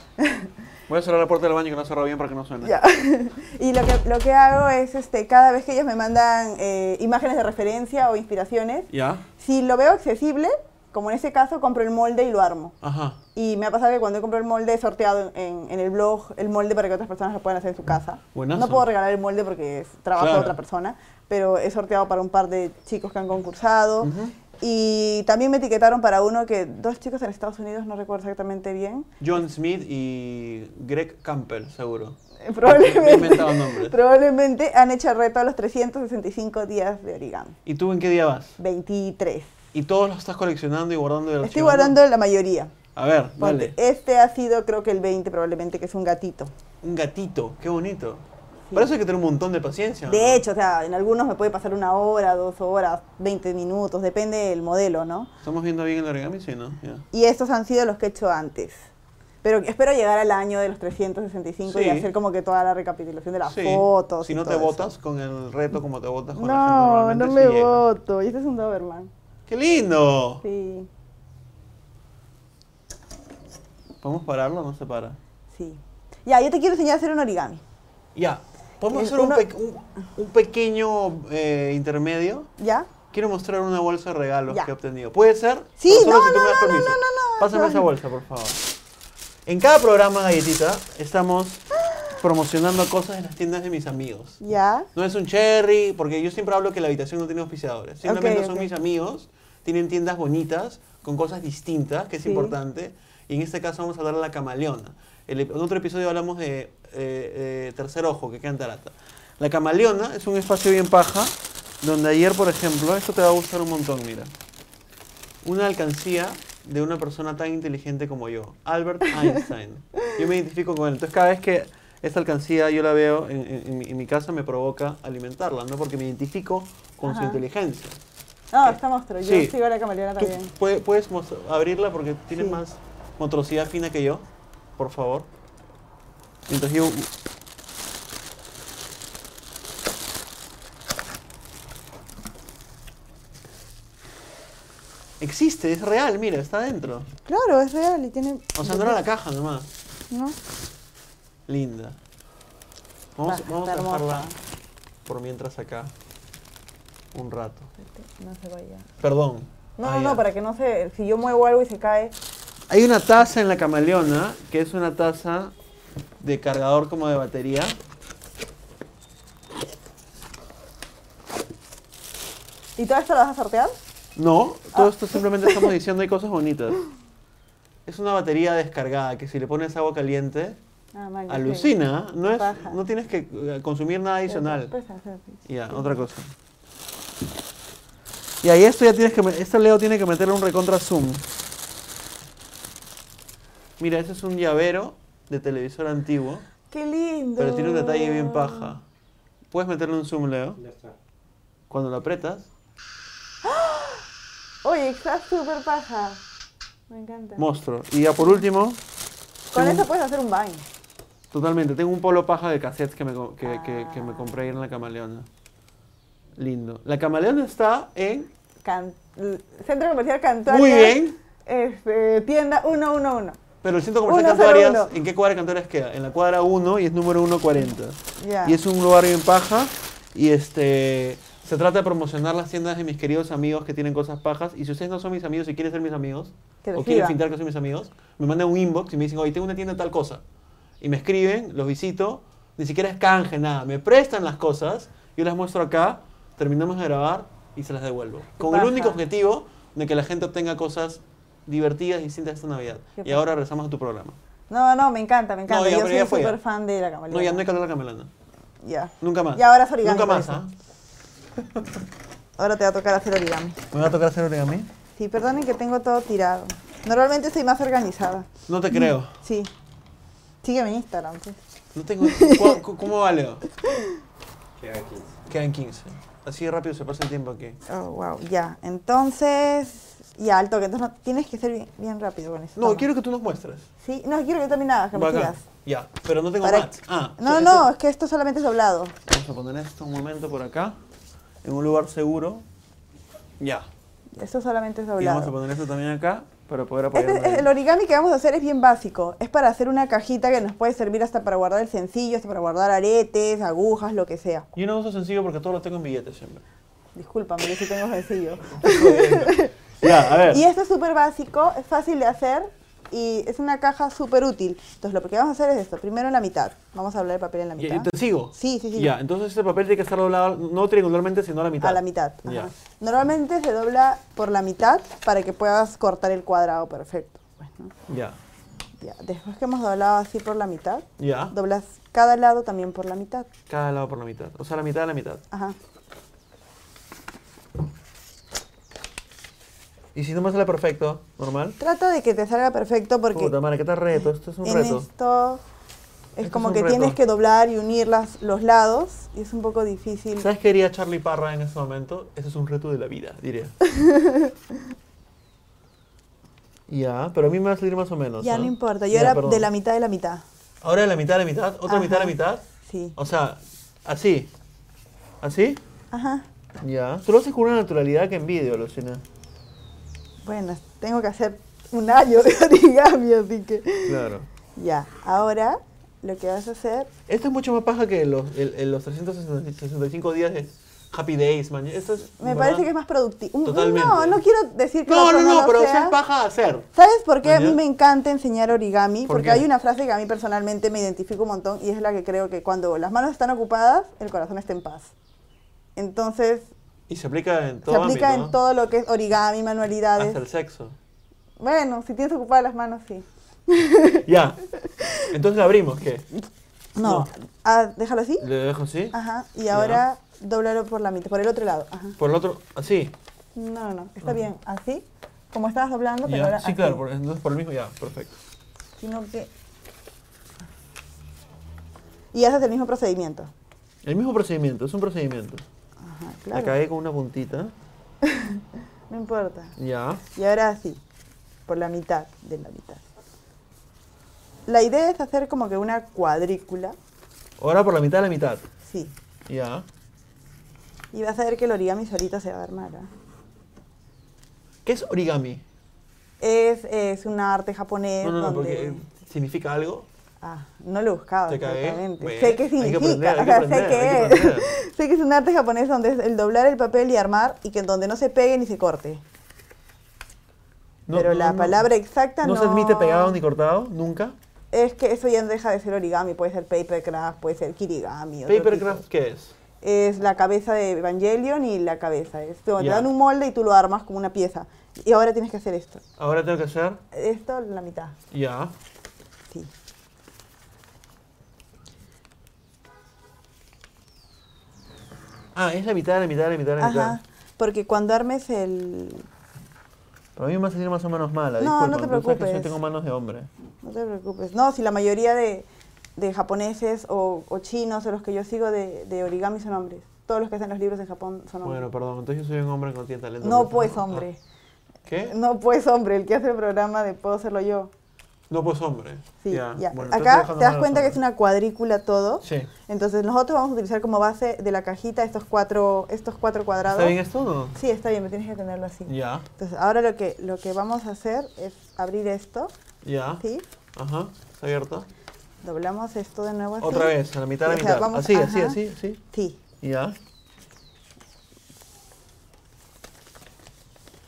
Speaker 4: Voy a cerrar la puerta del baño que no cerró bien para que no suene.
Speaker 2: Ya. y lo que, lo que hago es, este, cada vez que ellos me mandan eh, imágenes de referencia o inspiraciones,
Speaker 4: ¿Ya?
Speaker 2: si lo veo accesible, como en ese caso, compro el molde y lo armo.
Speaker 4: Ajá.
Speaker 2: Y me ha pasado que cuando compro el molde he sorteado en, en el blog el molde para que otras personas lo puedan hacer en su casa.
Speaker 4: Buenazo.
Speaker 2: No puedo regalar el molde porque es trabajo de
Speaker 4: Claro.
Speaker 2: otra persona, pero he sorteado para un par de chicos que han concursado.
Speaker 4: Ujú.
Speaker 2: Y también me etiquetaron para uno que dos chicos en Estados Unidos, no recuerdo exactamente bien,
Speaker 4: John Smith y Greg Campbell, seguro.
Speaker 2: eh, probablemente,
Speaker 4: inventado nombres.
Speaker 2: probablemente han hecho el reto a los 365 días de origami.
Speaker 4: ¿Y tú en qué día vas?
Speaker 2: 23.
Speaker 4: ¿Y todos los estás coleccionando y guardando y
Speaker 2: Estoy
Speaker 4: archivando?
Speaker 2: guardando la mayoría.
Speaker 4: A ver,
Speaker 2: Ponte,
Speaker 4: dale.
Speaker 2: Este ha sido creo que el 20 probablemente, que es un gatito.
Speaker 4: Un gatito, qué bonito.
Speaker 2: Sí.
Speaker 4: Para eso hay que tener un montón de paciencia. ¿no?
Speaker 2: De hecho, o sea, en algunos me puede pasar una hora, dos horas, 20 minutos, depende del modelo, ¿no?
Speaker 4: ¿Estamos viendo bien el origami? Sí, ¿no? Ya.
Speaker 2: Y estos han sido los que he hecho antes. Pero espero llegar al año de los 365 y
Speaker 4: Sí.
Speaker 2: hacer como que toda la recapitulación de las
Speaker 4: Sí.
Speaker 2: fotos.
Speaker 4: Si
Speaker 2: y
Speaker 4: no te
Speaker 2: todo eso.
Speaker 4: botas con el reto como te botas con la gente
Speaker 2: No,
Speaker 4: normalmente,
Speaker 2: no
Speaker 4: sí
Speaker 2: me
Speaker 4: llega.
Speaker 2: voto. Y este es un Doberman.
Speaker 4: ¡Qué lindo!
Speaker 2: Sí,
Speaker 4: ¿Podemos pararlo o no se para?
Speaker 2: sí. Ya, yo te quiero enseñar a hacer un origami.
Speaker 4: Ya, ¿podemos
Speaker 2: El
Speaker 4: hacer un,
Speaker 2: uno-
Speaker 4: pe- un- un pequeño eh, intermedio?
Speaker 2: ¿Ya?
Speaker 4: Quiero mostrar una bolsa de regalos
Speaker 2: Ya.
Speaker 4: que he obtenido. ¿Puede ser?
Speaker 2: Sí,
Speaker 4: Pero solo
Speaker 2: no,
Speaker 4: si tú
Speaker 2: no,
Speaker 4: me das
Speaker 2: no, no,
Speaker 4: permiso.
Speaker 2: no, no, no.
Speaker 4: Pásame esa bolsa, por favor. En cada programa, Galletita, estamos promocionando cosas en las tiendas de mis amigos.
Speaker 2: ¿Ya?
Speaker 4: No es un cherry, porque yo siempre hablo que la habitación no tiene auspiciadores. Simplemente son
Speaker 2: ok.
Speaker 4: mis amigos, tienen tiendas bonitas, con cosas distintas, que es
Speaker 2: Sí.
Speaker 4: importante. Y en este caso vamos a hablar de la camaleona. El ep- en otro episodio hablamos de eh, eh, Tercer Ojo, que queda en Tarata. La camaleona es un espacio bien paja, donde ayer, por ejemplo, esto te va a gustar un montón, mira. Una alcancía de una persona tan inteligente como yo, Albert Einstein. Yo me identifico con él. Entonces cada vez que esta alcancía yo la veo en, en- en mi- en mi casa me provoca alimentarla, ¿no? Porque me identifico con su
Speaker 2: Ajá.
Speaker 4: inteligencia.
Speaker 2: No, Ah, está monstruo. Yo
Speaker 4: Sí.
Speaker 2: sigo la camaleona
Speaker 4: ¿Tú
Speaker 2: también.
Speaker 4: puede- puedes mos- abrirla porque tienes
Speaker 2: Sí.
Speaker 4: más motricidad fina que yo? Por favor. Mientras yo... Existe, es real, mira, está adentro.
Speaker 2: Claro, es real y tiene.
Speaker 4: O sea, no era la caja nomás.
Speaker 2: ¿No?
Speaker 4: Linda. Vamos,
Speaker 2: Ah,
Speaker 4: vamos a
Speaker 2: está hermosa.
Speaker 4: dejarla por mientras acá. Un rato.
Speaker 2: No se vaya.
Speaker 4: Perdón.
Speaker 2: No,
Speaker 4: Ah,
Speaker 2: no,
Speaker 4: ya.
Speaker 2: no, para que no se. Si yo muevo algo y se cae.
Speaker 4: Hay una taza en la camaleona, que es una taza de cargador como de batería.
Speaker 2: ¿Y todo esto lo vas a sortear?
Speaker 4: No, todo esto simplemente estamos diciendo hay cosas bonitas. Es una batería descargada que si le pones agua caliente,
Speaker 2: Ah, man,
Speaker 4: alucina. No, es,
Speaker 2: Paja.
Speaker 4: no tienes que eh, consumir nada adicional.
Speaker 2: Pues,
Speaker 4: Ya, otra cosa. Y ahí esto ya tienes que... me- Esto Leo tiene que meterle un recontra zoom. Mira, ese es un llavero de televisor antiguo,
Speaker 2: Qué lindo.
Speaker 4: pero tiene un detalle bien paja. ¿Puedes meterle un zoom, Leo?
Speaker 5: Ya está.
Speaker 4: Cuando lo apretas,
Speaker 2: Oye, está súper paja. Me encanta.
Speaker 4: monstruo. Y ya por último,
Speaker 2: Con
Speaker 4: tengo
Speaker 2: eso
Speaker 4: un-
Speaker 2: puedes hacer un baño.
Speaker 4: totalmente, tengo un polo paja de cassettes que me, co- que, que- que me
Speaker 2: Ah.
Speaker 4: compré ayer en la camaleona. Lindo. La camaleona está en...
Speaker 2: Can- l- Centro Comercial Cantuarias.
Speaker 4: Muy bien.
Speaker 2: Este, tienda 111.
Speaker 4: Pero el centro comercial
Speaker 2: Uno, cero,
Speaker 4: Cantuarias,
Speaker 2: uno.
Speaker 4: ¿en qué cuadra de Cantuarias queda? En la cuadra 1 y es número 140.
Speaker 2: Ya.
Speaker 4: Y es un lugar bien paja. Y este. Se trata de promocionar las tiendas de mis queridos amigos que tienen cosas pajas. Y si ustedes no son mis amigos y quieren ser mis amigos,
Speaker 2: Que les
Speaker 4: o quieren
Speaker 2: escriban.
Speaker 4: pintar que son mis amigos, me mandan un inbox y me dicen, oye, tengo una tienda de tal cosa. Y me escriben, los visito, ni siquiera es canje, nada. Me prestan las cosas, yo las muestro acá, terminamos de grabar y se las devuelvo. Con
Speaker 2: paja.
Speaker 4: el único objetivo de que la gente obtenga cosas divertidas y distintas esta Navidad.
Speaker 2: Qué
Speaker 4: Y
Speaker 2: paja.
Speaker 4: ahora regresamos a tu programa.
Speaker 2: No, no, me encanta, me encanta.
Speaker 4: No, ya,
Speaker 2: yo
Speaker 4: pero ya
Speaker 2: soy
Speaker 4: fue, ya.
Speaker 2: súper fan de la camaleona.
Speaker 4: No, ya no hay que hablar de la camelana.
Speaker 2: Ya.
Speaker 4: Nunca más.
Speaker 2: Y ahora es origami,
Speaker 4: Nunca
Speaker 2: por
Speaker 4: más,
Speaker 2: eso.
Speaker 4: ¿ah?
Speaker 2: Ahora te va a tocar hacer origami.
Speaker 4: ¿Me va a tocar hacer origami?
Speaker 2: Sí, perdonen que tengo todo tirado. Normalmente soy más organizada.
Speaker 4: No te creo.
Speaker 2: Sí. Sígueme en Instagram. pues.
Speaker 4: No tengo. ¿Cu- cu- ¿Cómo va, Leo?
Speaker 5: Quedan 15.
Speaker 4: Quedan 15. Así de rápido se pasa el tiempo aquí.
Speaker 2: Oh, wow, ya. Entonces, ya, al toque. Entonces, no, tienes que ser bien, bien rápido con eso.
Speaker 4: No,
Speaker 2: Toma.
Speaker 4: quiero que tú nos muestres.
Speaker 2: Sí, no, quiero que también hagas, que me
Speaker 4: Bacán.
Speaker 2: sigas.
Speaker 4: Ya, pero no tengo
Speaker 2: Para-
Speaker 4: más. Ah,
Speaker 2: No,
Speaker 4: esto-
Speaker 2: no, es que esto solamente es doblado.
Speaker 4: Vamos a poner esto un momento por acá, en un lugar seguro. Ya.
Speaker 2: Esto solamente es
Speaker 4: Y vamos a
Speaker 2: doblado.
Speaker 4: poner esto también acá para poder
Speaker 2: Este-
Speaker 4: apoyarlo.
Speaker 2: el
Speaker 4: ahí.
Speaker 2: origami que vamos a hacer es bien básico. Es para hacer una cajita que nos puede servir hasta para guardar el sencillo, hasta para guardar aretes, agujas, lo que sea.
Speaker 4: Yo no uso sencillo porque todo lo tengo en billetes siempre.
Speaker 2: Discúlpame, yo sí tengo sencillo.
Speaker 4: ya, a ver.
Speaker 2: Y esto es súper básico, es fácil de hacer y es una caja súper útil. Entonces, lo que vamos a hacer es esto. Primero en la mitad. Vamos a hablar de papel en la
Speaker 4: Ya,
Speaker 2: mitad.
Speaker 4: ¿Te sigo?
Speaker 2: Sí, sí, sí.
Speaker 4: Ya, entonces este papel tiene que estar doblado no triangularmente, sino a la mitad.
Speaker 2: A la mitad. ajá.
Speaker 4: Ya.
Speaker 2: Normalmente se dobla por la mitad para que puedas cortar el cuadrado perfecto. pues, ¿no?
Speaker 4: Ya.
Speaker 2: Ya, Después que hemos doblado así por la mitad,
Speaker 4: Ya.
Speaker 2: doblas cada lado también por la mitad.
Speaker 4: Cada lado por la mitad. O sea, la mitad de la mitad.
Speaker 2: Ajá.
Speaker 4: Y si no me sale perfecto, normal.
Speaker 2: Trata de que te salga perfecto porque
Speaker 4: Puta madre, ¿qué tal reto? Esto es un
Speaker 2: en este
Speaker 4: reto.
Speaker 2: esto es
Speaker 4: Esto
Speaker 2: como
Speaker 4: es un
Speaker 2: que
Speaker 4: reto.
Speaker 2: tienes que doblar y unir las, los lados y es un poco difícil.
Speaker 4: ¿Sabes qué diría Charlie Parra en ese momento? Ese es un reto de la vida, diría. ya, pero a mí me va a salir más o menos.
Speaker 2: Ya no importa, yo era de la mitad de la mitad.
Speaker 4: mitad. Ahora de la mitad de la mitad, otra
Speaker 2: Ajá.
Speaker 4: mitad de la mitad.
Speaker 2: Sí.
Speaker 4: O sea, así. ¿Así?
Speaker 2: Ajá.
Speaker 4: Ya. Tú lo haces con una naturalidad que envidio, Lucina.
Speaker 2: Bueno, tengo que hacer un año de origami, así que.
Speaker 4: Claro.
Speaker 2: Ya. Ahora lo que vas a hacer
Speaker 4: Esto es mucho más paja que los, el- el- los 365 días de Happy Days, man. Esto es,
Speaker 2: Me
Speaker 4: ¿verdad?
Speaker 2: parece que es más productivo.
Speaker 4: Totalmente.
Speaker 2: No, no quiero decir que
Speaker 4: No,
Speaker 2: la
Speaker 4: no,
Speaker 2: forma
Speaker 4: no, pero
Speaker 2: sea.
Speaker 4: eso es paja de hacer.
Speaker 2: ¿Sabes por qué a mí
Speaker 4: Mañana.
Speaker 2: me encanta enseñar origami?
Speaker 4: ¿Por
Speaker 2: Porque
Speaker 4: qué?
Speaker 2: hay una frase que a mí personalmente me identifica un montón y es la que creo que cuando las manos están ocupadas, el corazón está en paz. Entonces,
Speaker 4: Y se aplica en todo
Speaker 2: se aplica
Speaker 4: ámbito,
Speaker 2: en
Speaker 4: ¿no?
Speaker 2: todo lo que es origami, manualidades.
Speaker 4: Hasta el sexo.
Speaker 2: Bueno, si tienes ocupadas las manos, sí.
Speaker 4: ya. Entonces la abrimos, ¿qué?
Speaker 2: No,
Speaker 4: No.
Speaker 2: ah, déjalo así.
Speaker 4: ¿Le dejo así?
Speaker 2: Ajá, y ahora dóblalo por la mitad, por el otro lado. Ajá.
Speaker 4: Por el otro, ah, así.
Speaker 2: No, no, está bien, así, como estabas doblando, pero
Speaker 4: Ya.
Speaker 2: ahora
Speaker 4: Sí,
Speaker 2: así.
Speaker 4: claro, por, entonces por el mismo, ya, perfecto.
Speaker 2: sino que... Y haces el mismo procedimiento.
Speaker 4: El mismo procedimiento, es un procedimiento.
Speaker 2: Ajá,
Speaker 4: La
Speaker 2: claro.
Speaker 4: cagué con una puntita.
Speaker 2: No importa.
Speaker 4: Ya.
Speaker 2: Y ahora sí, por la mitad de la mitad. La idea es hacer como que una cuadrícula.
Speaker 4: Ahora por la mitad de la mitad.
Speaker 2: Sí.
Speaker 4: Ya.
Speaker 2: Y vas a ver que el origami solito se va a armar. ¿ah?
Speaker 4: ¿Qué es origami?
Speaker 2: Es, es un arte japonés
Speaker 4: No, no, no,
Speaker 2: donde...
Speaker 4: porque significa algo.
Speaker 2: Ah, no lo he buscado
Speaker 4: Te cagué.
Speaker 2: exactamente.
Speaker 4: Bueno,
Speaker 2: sé qué
Speaker 4: hay que
Speaker 2: significa,
Speaker 4: aprender, hay
Speaker 2: o sea,
Speaker 4: que
Speaker 2: sé
Speaker 4: aprender, hay
Speaker 2: qué
Speaker 4: que
Speaker 2: es.
Speaker 4: aprender.
Speaker 2: sé que es un arte japonés donde es el doblar el papel y armar y que en donde no se pegue ni se corte.
Speaker 4: No,
Speaker 2: Pero
Speaker 4: no,
Speaker 2: la
Speaker 4: no.
Speaker 2: palabra exacta no,
Speaker 4: No se admite pegado ni cortado, nunca.
Speaker 2: Es que eso ya deja de ser origami, puede ser papercraft, puede ser kirigami. otro
Speaker 4: Papercraft,
Speaker 2: tipo.
Speaker 4: ¿qué es?
Speaker 2: Es la cabeza de Evangelion y la cabeza. Es, te
Speaker 4: Ya.
Speaker 2: dan un molde y tú lo armas como una pieza. Y ahora tienes que hacer esto.
Speaker 4: Ahora tengo que hacer.
Speaker 2: Esto la mitad,
Speaker 4: Ya.
Speaker 2: sí.
Speaker 4: Ah, es la mitad de la mitad de la mitad de la
Speaker 2: Ajá.
Speaker 4: mitad.
Speaker 2: Porque cuando armes el...
Speaker 4: Para mí me va a salir más o menos mala.
Speaker 2: No,
Speaker 4: disculpa,
Speaker 2: no te
Speaker 4: tú sabes que
Speaker 2: preocupes.
Speaker 4: yo tengo manos de hombre.
Speaker 2: No te preocupes. No, si la mayoría de, de japoneses o, o chinos o los que yo sigo de, de origami son hombres. Todos los que hacen los libros en Japón son hombres.
Speaker 4: Bueno, perdón, entonces yo soy un hombre que no tiene talento.
Speaker 2: no
Speaker 4: pero-
Speaker 2: pues hombre.
Speaker 4: Ah, ¿Qué? No,
Speaker 2: No pues hombre. El que hace el programa de Puedo hacerlo yo.
Speaker 4: pues hombre.
Speaker 2: Sí,
Speaker 4: ya.
Speaker 2: ya.
Speaker 4: Bueno, entonces
Speaker 2: Acá te das
Speaker 4: dejando mal a los
Speaker 2: cuenta que es
Speaker 4: hombres.
Speaker 2: una cuadrícula todo.
Speaker 4: Sí.
Speaker 2: Entonces nosotros vamos a utilizar como base de la cajita estos cuatro, estos cuatro cuadrados.
Speaker 4: ¿Está bien esto o
Speaker 2: Sí, está bien, me tienes que tenerlo así.
Speaker 4: no? Ya.
Speaker 2: Entonces ahora lo que, lo que vamos a hacer es abrir esto,
Speaker 4: Ya.
Speaker 2: ¿sí?
Speaker 4: Ajá. Está abierto.
Speaker 2: Doblamos esto de nuevo así.
Speaker 4: Otra vez, a la mitad, a la
Speaker 2: O sea,
Speaker 4: mitad.
Speaker 2: vamos-
Speaker 4: así, así,
Speaker 2: ajá.
Speaker 4: así, así.
Speaker 2: Sí.
Speaker 4: Ya.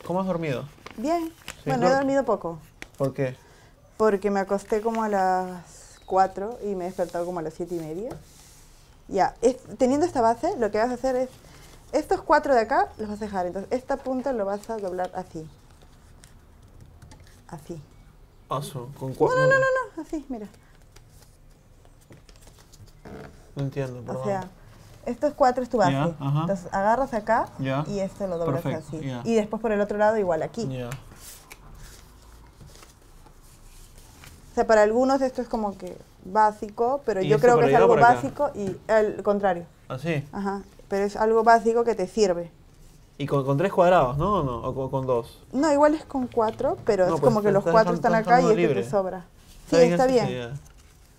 Speaker 4: ¿Cómo has dormido?
Speaker 2: Bien.
Speaker 4: Sí,
Speaker 2: bueno,
Speaker 4: claro.
Speaker 2: he dormido poco,
Speaker 4: ¿Por qué?
Speaker 2: porque me acosté como a las 4 y me he despertado como a las 7 y media. Ya, es- teniendo esta base, lo que vas a hacer es, estos cuatro de acá los vas a dejar, entonces esta punta lo vas a doblar así. Así.
Speaker 4: Oso, con
Speaker 2: No,
Speaker 4: cua-
Speaker 2: no, no, no, no, así, mira.
Speaker 4: No entiendo, perdón.
Speaker 2: O sea, estos cuatro es tu base.
Speaker 4: Ya, ajá.
Speaker 2: Entonces agarras acá
Speaker 4: Ya.
Speaker 2: y esto lo doblas
Speaker 4: Perfecto,
Speaker 2: así.
Speaker 4: ya.
Speaker 2: Y después por el otro lado igual aquí.
Speaker 4: Ya.
Speaker 2: O sea, para algunos esto es como que básico, pero
Speaker 4: ¿Y
Speaker 2: yo
Speaker 4: esto
Speaker 2: creo
Speaker 4: para
Speaker 2: que es
Speaker 4: allá o
Speaker 2: algo
Speaker 4: para acá?
Speaker 2: básico y al contrario.
Speaker 4: Así.
Speaker 2: Ajá. Pero es algo básico que te sirve.
Speaker 4: Y con, con tres cuadrados, ¿no? ¿O, no? o con, con dos?
Speaker 2: No, igual es con cuatro, pero
Speaker 4: No,
Speaker 2: es
Speaker 4: pues,
Speaker 2: como que los
Speaker 4: estás
Speaker 2: cuatro
Speaker 4: dejando-
Speaker 2: están
Speaker 4: estás
Speaker 2: acá y
Speaker 4: dejando
Speaker 2: este te
Speaker 4: libre.
Speaker 2: sobra. Sí, está
Speaker 4: así?
Speaker 2: bien.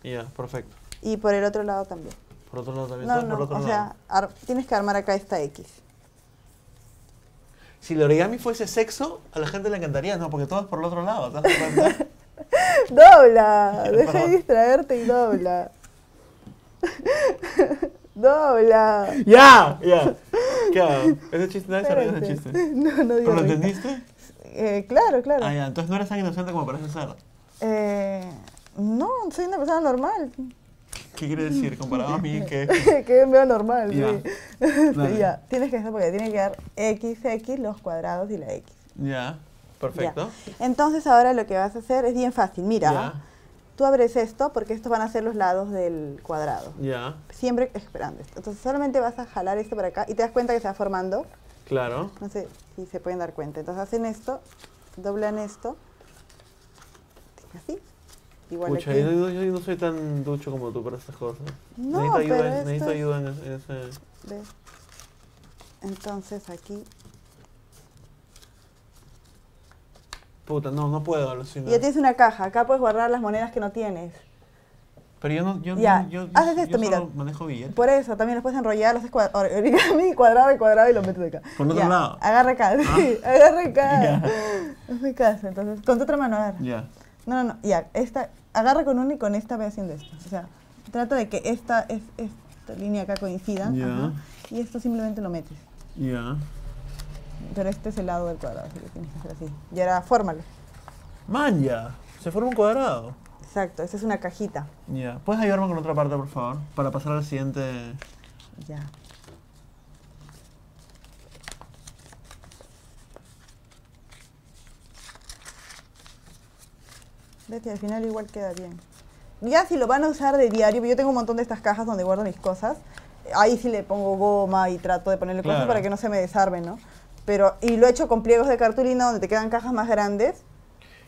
Speaker 4: Ya. Ya, perfecto.
Speaker 2: Y por el otro lado también.
Speaker 4: Por otro lado también.
Speaker 2: No,
Speaker 4: ¿sabes?
Speaker 2: no,
Speaker 4: por otro
Speaker 2: o
Speaker 4: lado.
Speaker 2: sea, ar- tienes que armar acá esta X.
Speaker 4: Si el origami fuese sexo, a la gente le encantaría, ¿no? Porque todo es por el otro lado, ¿te das cuenta?
Speaker 2: ¡Dobla! Deja de
Speaker 4: Perdón.
Speaker 2: distraerte y dobla. ¡Dobla!
Speaker 4: ¡Ya! ¡Ya! ¿Qué hago? ¿Ese chiste? ¿Nadie se ríe de ese
Speaker 2: Espérate.
Speaker 4: chiste?
Speaker 2: No, no
Speaker 4: ¿Tú
Speaker 2: digo
Speaker 4: lo
Speaker 2: risa.
Speaker 4: entendiste?
Speaker 2: Eh, claro, claro.
Speaker 4: Ah, ya. Entonces no eres tan inocente como parece ser.
Speaker 2: Eh, no, soy una persona normal.
Speaker 4: ¿Qué quiere decir? Comparado a mí, que...
Speaker 2: que veo normal.
Speaker 4: Ya.
Speaker 2: sí.
Speaker 4: Dale.
Speaker 2: Sí, ya. Tienes que hacer porque tiene que dar XX los cuadrados y la X.
Speaker 4: Ya.
Speaker 2: Ya.
Speaker 4: Perfecto.
Speaker 2: Entonces ahora lo que vas a hacer es bien fácil. Mira,
Speaker 4: Ya.
Speaker 2: tú abres esto porque estos van a ser los lados del cuadrado.
Speaker 4: Ya.
Speaker 2: Siempre esperando esto. Entonces solamente vas a jalar esto para acá y te das cuenta que se va formando.
Speaker 4: Claro.
Speaker 2: No sé si se pueden dar cuenta. Entonces hacen esto, doblan esto. Así. Igual
Speaker 4: Pucha,
Speaker 2: aquí.
Speaker 4: yo, no- yo no soy tan ducho como tú para estas cosas.
Speaker 2: No,
Speaker 4: necesito ayuda,
Speaker 2: pero
Speaker 4: en-
Speaker 2: esto
Speaker 4: necesito
Speaker 2: es-
Speaker 4: ayuda en ese- en ese...
Speaker 2: ¿Ves? Entonces aquí.
Speaker 4: Puta, no, no puedo
Speaker 2: Y
Speaker 4: alucinar.
Speaker 2: ya tienes una caja. Acá puedes guardar las monedas que no tienes.
Speaker 4: Pero yo no... Yo,
Speaker 2: Ya,
Speaker 4: yo, yo-
Speaker 2: haces
Speaker 4: yo
Speaker 2: esto, mira.
Speaker 4: solo manejo billetes.
Speaker 2: Por eso también los puedes enrollar, los haces cuadra- or- origami, cuadrado y cuadrado y los metes acá.
Speaker 4: Por otro
Speaker 2: Ya,
Speaker 4: lado. Ah.
Speaker 2: Agarra acá, sí, agarra acá. Es mi casa, entonces. Con tu otra mano, agarra.
Speaker 4: Ya.
Speaker 2: No, no, no, ya. Esta, agarra con una y con esta ve haciendo esto. O sea, trata de que esta, es, esta línea acá coincida.
Speaker 4: Ya.
Speaker 2: ajá, y esto simplemente lo metes.
Speaker 4: Ya.
Speaker 2: Pero este es el lado del cuadrado, así que tienes que hacer así. Y ahora fórmalo.
Speaker 4: Man, ya. Se forma un cuadrado.
Speaker 2: Exacto, esta es una cajita.
Speaker 4: Ya. ¿Puedes ayudarme con otra parte, por favor? Para pasar al siguiente...
Speaker 2: Ya. Ves que al final igual queda bien. Ya si lo van a usar de diario, yo tengo un montón de estas cajas donde guardo mis cosas. Ahí sí le pongo goma y trato de ponerle cosas
Speaker 4: Claro.
Speaker 2: para que no se me desarmen, ¿no? Pero, y lo he hecho con pliegos de cartulina donde te quedan cajas más grandes.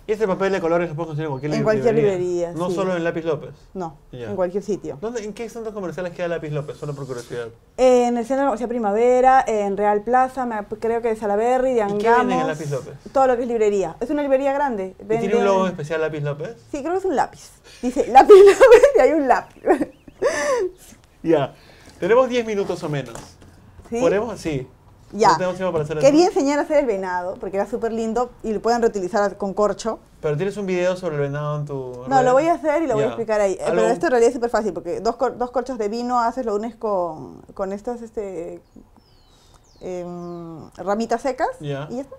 Speaker 4: Y ese papel de colores lo puedes conseguir en cualquier
Speaker 2: En
Speaker 4: librería.
Speaker 2: cualquier librería,
Speaker 4: No
Speaker 2: sí.
Speaker 4: solo en Lápiz López.
Speaker 2: No,
Speaker 4: Ya.
Speaker 2: en cualquier sitio.
Speaker 4: ¿Dónde, ¿En qué centros comerciales queda Lápiz López? Solo por curiosidad.
Speaker 2: En el centro comercial Primavera, en Real Plaza, me- creo que de Salaberry, de
Speaker 4: ¿Y
Speaker 2: Angamos.
Speaker 4: qué venden en Lápiz López?
Speaker 2: Todo lo que es librería. Es una librería grande.
Speaker 4: ¿Y tiene
Speaker 2: Venden-
Speaker 4: un logo especial Lápiz López?
Speaker 2: Sí, creo que es un lápiz. Dice lápiz, lápiz, y hay un lápiz.
Speaker 4: Ya. Tenemos 10 minutos o menos.
Speaker 2: ¿Sí?
Speaker 4: ¿Podemos? Sí.
Speaker 2: Ya.
Speaker 4: No tenemos tiempo para hacer
Speaker 2: Quería
Speaker 4: eso.
Speaker 2: enseñar a hacer el venado, porque era súper lindo y lo pueden reutilizar con corcho.
Speaker 4: Pero tienes un video sobre el venado en tu.
Speaker 2: No,
Speaker 4: red.
Speaker 2: lo voy a hacer y lo voy a
Speaker 4: Ya.
Speaker 2: explicar ahí. Eh, Pero
Speaker 4: Algo-
Speaker 2: esto en realidad es súper fácil, porque dos, cor- dos corchos de vino haces, lo unes con, con estas este, em, ramitas secas
Speaker 4: Ya.
Speaker 2: y ya está.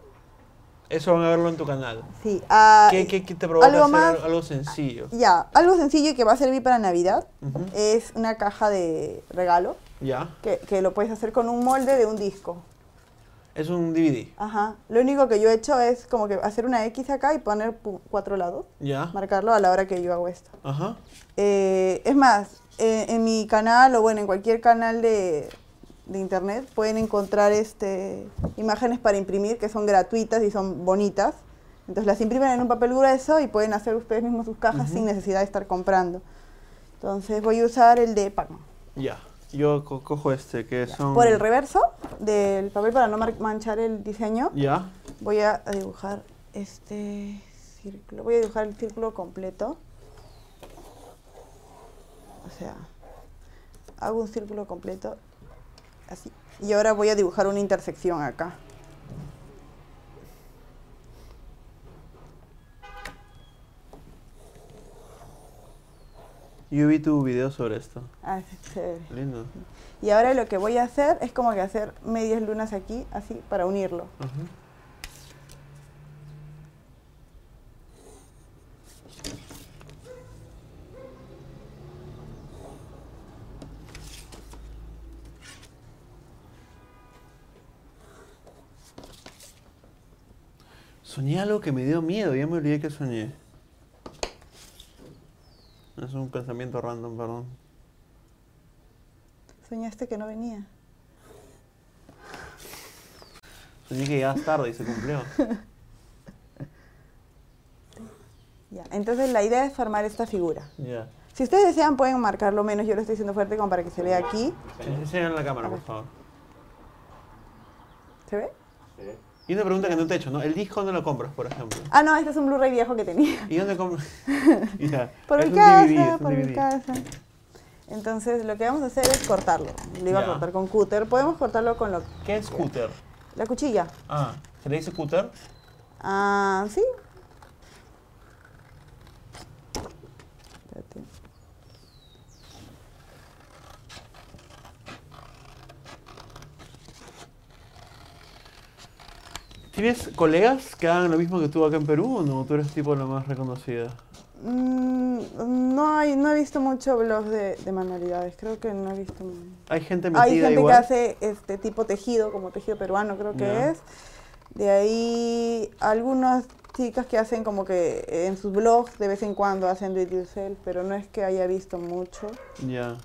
Speaker 4: Eso van a verlo en tu canal.
Speaker 2: Sí. ah,
Speaker 4: ¿Qué, qué, qué te provoca
Speaker 2: algo
Speaker 4: hacer
Speaker 2: más-
Speaker 4: algo sencillo?
Speaker 2: Ya, algo sencillo y que va a servir para Navidad
Speaker 4: Ujú.
Speaker 2: es una caja de regalo
Speaker 4: Ya.
Speaker 2: que, que lo puedes hacer con un molde de un disco.
Speaker 4: Es un DVD.
Speaker 2: Ajá. Lo único que yo he hecho es como que hacer una X acá y poner pu- cuatro lados,
Speaker 4: Ya.
Speaker 2: marcarlo a la hora que yo hago esto.
Speaker 4: Ajá.
Speaker 2: Eh, es más, eh, en mi canal o bueno, en cualquier canal de, de internet pueden encontrar este, imágenes para imprimir que son gratuitas y son bonitas. Entonces las imprimen en un papel grueso y pueden hacer ustedes mismos sus cajas sin necesidad de estar comprando. Entonces voy a usar el de Pac-Man.
Speaker 4: Ya. Yo co- cojo este que son.
Speaker 2: Por el reverso del papel para no mar- manchar el diseño,
Speaker 4: Ya.
Speaker 2: voy a dibujar este círculo. Voy a dibujar el círculo completo. O sea, hago un círculo completo así. Y ahora voy a dibujar una intersección acá.
Speaker 4: Yo vi tu video sobre esto.
Speaker 2: Así, chévere.
Speaker 4: Lindo.
Speaker 2: Y ahora lo que voy a hacer es como que hacer medias lunas aquí, así, para unirlo.
Speaker 4: Ajá. Soñé algo que me dio miedo, ya me olvidé que soñé. Es un pensamiento random, perdón.
Speaker 2: Soñaste que no venía.
Speaker 4: Soñé que llegabas tarde y se cumplió.
Speaker 2: Ya. Entonces la idea es formar esta figura.
Speaker 4: Ya.
Speaker 2: Si ustedes desean pueden marcarlo menos, yo lo estoy haciendo fuerte como para que se vea aquí.
Speaker 4: Enseñan la cámara, por favor.
Speaker 2: ¿Se ve?
Speaker 4: Y una pregunta que no te he hecho, ¿no? El disco dónde lo compras, por ejemplo.
Speaker 2: Ah, no, este es un Blu-ray viejo que tenía.
Speaker 4: ¿Y dónde compras? Ya,
Speaker 2: Por
Speaker 4: es
Speaker 2: mi
Speaker 4: un
Speaker 2: casa,
Speaker 4: DVD, es un
Speaker 2: por mi
Speaker 4: DVD.
Speaker 2: casa. Entonces, lo que vamos a hacer es cortarlo. Lo iba
Speaker 4: Ya.
Speaker 2: a cortar con cúter. Podemos cortarlo con lo-
Speaker 4: ¿Qué es scooter?
Speaker 2: la cuchilla.
Speaker 4: Ah, ¿se le dice scooter?
Speaker 2: Ah, sí. Espérate.
Speaker 4: ¿Tienes colegas que hagan lo mismo que tú acá en Perú o no? Tú eres tipo la más reconocida.
Speaker 2: Mm, no, hay, no he visto mucho blogs de, de manualidades. Creo que no he visto. mu-
Speaker 4: Hay gente metida
Speaker 2: Hay gente
Speaker 4: igual.
Speaker 2: que hace este tipo tejido, como tejido peruano creo que
Speaker 4: Ya.
Speaker 2: es. De ahí algunas chicas que hacen como que en sus blogs de vez en cuando hacen do it yourself, pero no es que haya visto mucho.
Speaker 4: Ya.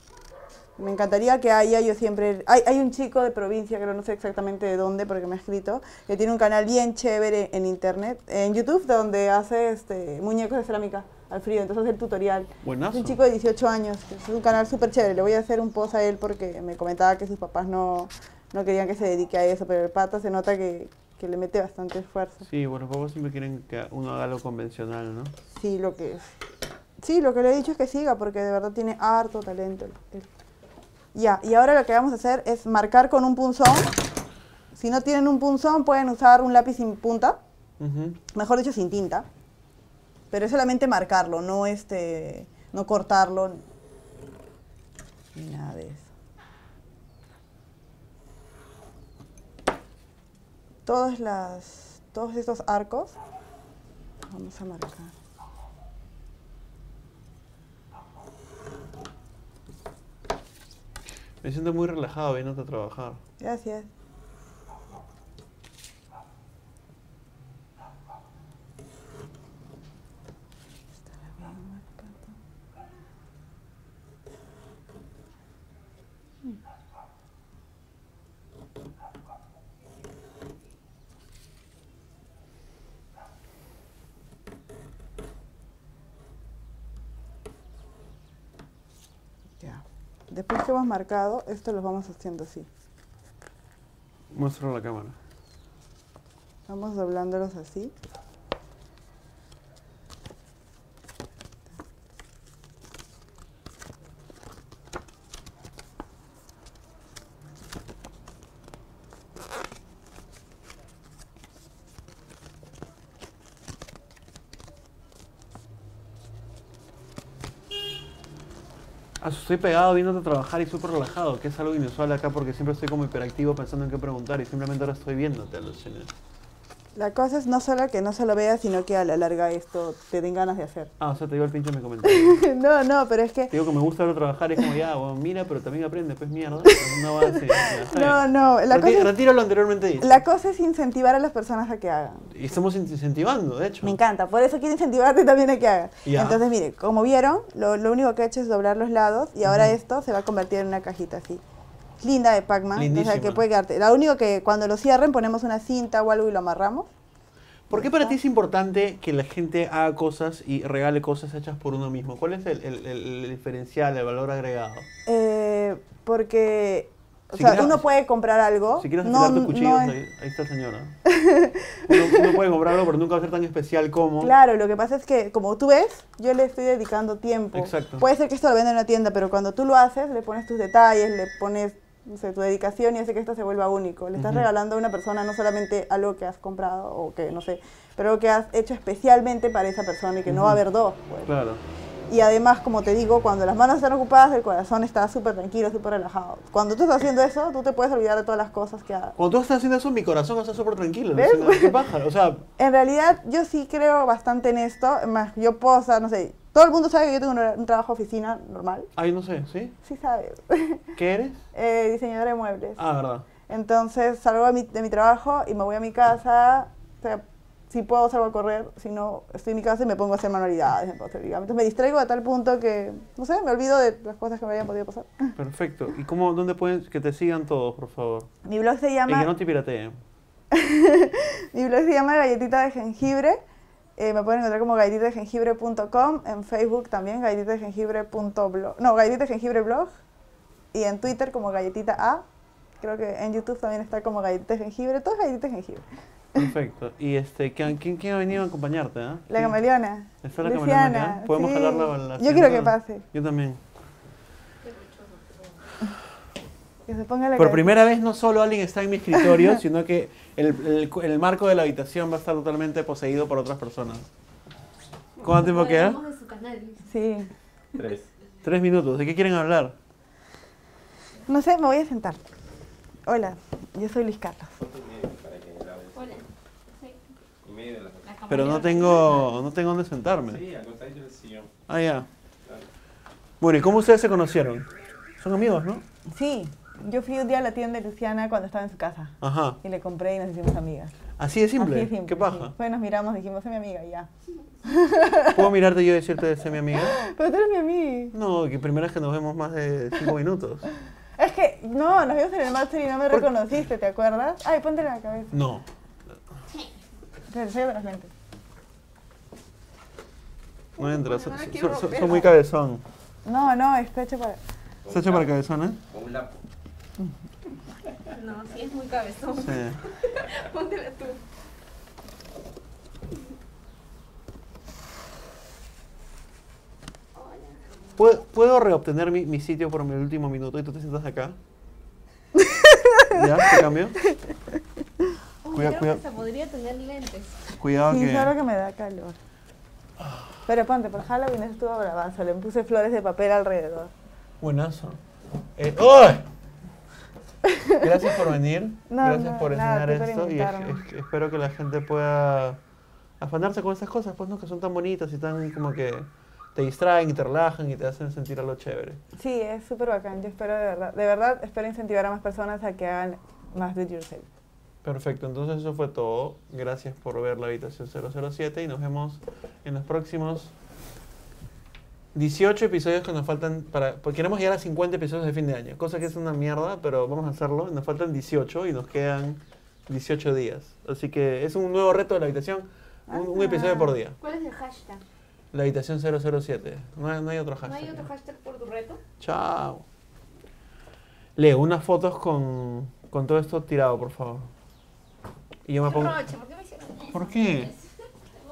Speaker 2: Me encantaría que haya, yo siempre... Hay, hay un chico de provincia, que no sé exactamente de dónde, porque me ha escrito, que tiene un canal bien chévere en internet, en YouTube, donde hace este, muñecos de cerámica al frío, entonces hace el tutorial. Es
Speaker 4: Buenazo.
Speaker 2: un chico de 18 años, es un canal súper chévere. Le voy a hacer un post a él porque me comentaba que sus papás no, no querían que se dedique a eso, pero el pata se nota que, que le mete bastante esfuerzo.
Speaker 4: Sí, bueno, los papás siempre quieren que uno haga lo convencional, ¿no?
Speaker 2: Sí, lo que Sí, lo que le he dicho es que siga, porque de verdad tiene harto talento. el- el- Ya, y ahora lo que vamos a hacer es marcar con un punzón. Si no tienen un punzón, pueden usar un lápiz sin punta,
Speaker 4: Ujú.
Speaker 2: mejor dicho, sin tinta. Pero es solamente marcarlo, no, este, no cortarlo, ni nada de eso. Todas las, todos estos arcos vamos a marcar.
Speaker 4: Me siento muy relajado viéndote a trabajar.
Speaker 2: Gracias. Estará bien marcado. Después que hemos marcado, esto los vamos haciendo así.
Speaker 4: Muéstralo a la cámara.
Speaker 2: Vamos doblándolos así.
Speaker 4: Ah, estoy pegado viéndote trabajar y súper relajado, que es algo inusual acá porque siempre estoy como hiperactivo pensando en qué preguntar y simplemente ahora estoy viéndote a los chinos.
Speaker 2: La cosa es no solo que no se lo veas, sino que a la larga esto te den ganas de hacer.
Speaker 4: Ah, o sea, te digo el pinche me comentario.
Speaker 2: no, no, pero es que
Speaker 4: Te digo que me gusta verlo trabajar y es como ya, bueno, mira, pero también aprende, pues mierda. No va así. ya, está
Speaker 2: No,
Speaker 4: bien.
Speaker 2: no, la
Speaker 4: Reti-
Speaker 2: cosa es-
Speaker 4: Retiro lo anteriormente dicho.
Speaker 2: la cosa es incentivar a las personas a que hagan.
Speaker 4: Y estamos in- incentivando, de hecho.
Speaker 2: Me encanta, por eso quiero incentivarte también a que hagas.
Speaker 4: Ya.
Speaker 2: Entonces, mire, como vieron, lo, lo único que he hecho es doblar los lados y ahora esto se va a convertir en una cajita así. Linda de Pac-Man, o sea, que
Speaker 4: Lindísima.
Speaker 2: puede quedarte. Lo único que cuando lo cierren ponemos una cinta o algo y lo amarramos.
Speaker 4: ¿Por qué para ti es importante que la gente haga cosas y regale cosas hechas por uno mismo? ¿Cuál es el, el- el- el diferencial, el valor agregado?
Speaker 2: Eh, porque, o
Speaker 4: Si
Speaker 2: sea,
Speaker 4: quieres-
Speaker 2: uno puede comprar algo.
Speaker 4: Si quieres afilar tus cuchillos,
Speaker 2: es-
Speaker 4: ahí, ahí está el señor. ¿ah? Uno, uno puede comprarlo, pero nunca va a ser tan especial como...
Speaker 2: Claro, lo que pasa es que, como tú ves, yo le estoy dedicando tiempo.
Speaker 4: Exacto.
Speaker 2: Puede ser que esto lo venda en una tienda, pero cuando tú lo haces, le pones tus detalles, le pones no sé, tu dedicación y hace que esto se vuelva único. Le estás
Speaker 4: Ujú.
Speaker 2: regalando a una persona no solamente algo que has comprado o que, no sé, pero algo que has hecho especialmente para esa persona y que no va a
Speaker 4: Ujú.
Speaker 2: haber dos. pues.
Speaker 4: Claro.
Speaker 2: Y además, como te digo, cuando las manos están ocupadas, el corazón está súper tranquilo, súper relajado. Cuando tú estás haciendo eso, tú te puedes olvidar de todas las cosas que has,
Speaker 4: Cuando tú estás haciendo eso, mi corazón está súper tranquilo.
Speaker 2: ¿Ves?
Speaker 4: diciendo, ¿Qué paja? O sea,
Speaker 2: En realidad, yo sí creo bastante en esto. Más, yo puedo, o sea, no sé, todo el mundo sabe que yo tengo un, hora- un trabajo de oficina normal.
Speaker 4: ay, no sé, ¿sí?
Speaker 2: Sí sabe.
Speaker 4: ¿Qué eres?
Speaker 2: Eh, diseñadora de muebles.
Speaker 4: Ah, verdad.
Speaker 2: Entonces, salgo de mi, de mi trabajo y me voy a mi casa. O sea, si puedo, salgo a correr. Si no, estoy en mi casa y me pongo a hacer manualidades. Me pongo a hacer ligamentos. Me distraigo a tal punto que, no sé, me olvido de las cosas que me habían podido pasar.
Speaker 4: Perfecto. ¿Y cómo, dónde pueden que te sigan todos, por favor?
Speaker 2: Mi blog se
Speaker 4: Y
Speaker 2: llama...
Speaker 4: que no te pirateen.
Speaker 2: Mi blog se llama Galletita de Jengibre. Eh, me pueden encontrar como galletitasdejengibre.com, en Facebook también galletitasdejengibre.blog, no, galletitasdejengibreblog, y en Twitter como galletita A. Creo que en YouTube también está como galletita de jengibre, todo es galletita de jengibre.
Speaker 4: Perfecto. ¿Y este, ¿quién, quién, quién ha venido a acompañarte? ah?
Speaker 2: La
Speaker 4: ¿Quién?
Speaker 2: camaleona.
Speaker 4: Está la
Speaker 2: Luciana,
Speaker 4: camaleona acá. Podemos
Speaker 2: sí.
Speaker 4: jalarla a la
Speaker 2: Yo quiero que
Speaker 4: siguiente?
Speaker 2: pase,
Speaker 4: Yo también.
Speaker 2: que se ponga la
Speaker 4: Por
Speaker 2: ca-
Speaker 4: primera vez no solo alguien está en mi escritorio, sino que el, el cu- el marco de la habitación va a estar totalmente poseído por otras personas. ¿Cuánto tiempo queda?
Speaker 1: Hablamos de su canal.
Speaker 2: Sí.
Speaker 5: Tres.
Speaker 4: Tres minutos. ¿De qué quieren hablar?
Speaker 2: No sé, me voy a sentar. Hola, yo soy Luis Carlos.
Speaker 5: Ponte en medio para que grabes.
Speaker 1: Hola. soy
Speaker 5: En medio de la foto.
Speaker 1: la
Speaker 2: Ah,
Speaker 1: camarera.
Speaker 4: Pero no tengo, no tengo dónde sentarme.
Speaker 5: Sí, al costadito del sillón.
Speaker 4: Ah, ya. Bueno, ¿y cómo ustedes se conocieron? Son amigos, ¿no?
Speaker 2: Sí, yo fui un día a la tienda de Luciana cuando estaba en su casa
Speaker 4: Ajá.
Speaker 2: y le compré y nos hicimos amigas.
Speaker 4: Así de simple.
Speaker 2: Así de simple,
Speaker 4: ¿Qué
Speaker 2: sí.
Speaker 4: paja?
Speaker 2: Pues nos miramos, dijimos, soy mi amiga y ya.
Speaker 4: ¿Puedo mirarte yo y decirte ser mi amiga?
Speaker 2: Pero tú eres mi amiga.
Speaker 4: No, que primero es que nos vemos más de cinco minutos.
Speaker 2: Es que, no, nos vimos en el máster y no me
Speaker 4: ¿Por-
Speaker 2: reconociste, ¿te acuerdas? Ay, ponte la cabeza.
Speaker 4: No.
Speaker 2: Te sello las lentes.
Speaker 4: No entra. so- so- so- Son muy cabezón.
Speaker 2: No, no, está hecho para...
Speaker 4: ¿Está hecho para cabezón, eh?
Speaker 5: Con un lapo.
Speaker 1: No, sí es muy cabezón.
Speaker 4: Sí.
Speaker 1: Póntela tú.
Speaker 4: ¿Puedo, puedo reobtener mi, mi sitio por mi último minuto y tú te sientas acá? ¿Ya? ¿Te cambio?
Speaker 1: Uy,
Speaker 4: Cuida-
Speaker 1: creo
Speaker 4: cuida-
Speaker 1: que se podría tener lentes.
Speaker 4: Cuidado
Speaker 2: sí, solo
Speaker 4: que...
Speaker 2: que me da calor. Pero ponte, por Halloween eso estuvo bravazo, le puse flores de papel alrededor.
Speaker 4: Buenazo. Eh, ¡ay! Gracias por venir.
Speaker 2: No,
Speaker 4: gracias
Speaker 2: no,
Speaker 4: por
Speaker 2: nada,
Speaker 4: enseñar
Speaker 2: a ti por
Speaker 4: esto. Y es-
Speaker 2: invitarme.
Speaker 4: es- espero que la gente pueda afanarse con estas cosas, pues no, que son tan bonitas y tan como que te distraen y te relajan y te hacen sentir algo chévere.
Speaker 2: Sí, es súper bacán, yo espero de verdad, de verdad, espero incentivar a más personas a que hagan más do it yourself.
Speaker 4: Perfecto, entonces eso fue todo. Gracias por ver la habitación 007 y nos vemos en los próximos 18 episodios que nos faltan para... porque queremos llegar a 50 episodios de fin de año, cosa que es una mierda, pero vamos a hacerlo. Nos faltan 18 y nos quedan 18 días. Así que es un nuevo reto de la habitación, un, un episodio por día.
Speaker 1: ¿Cuál es el hashtag?
Speaker 4: La habitación 007. No hay, no hay otro hashtag.
Speaker 1: ¿No hay otro hashtag por tu reto?
Speaker 4: Chao. Leo, unas fotos con, con todo esto tirado, por favor. Y yo me pongo...
Speaker 1: Rocha, ¿por qué me hicieron eso?
Speaker 4: ¿Por qué?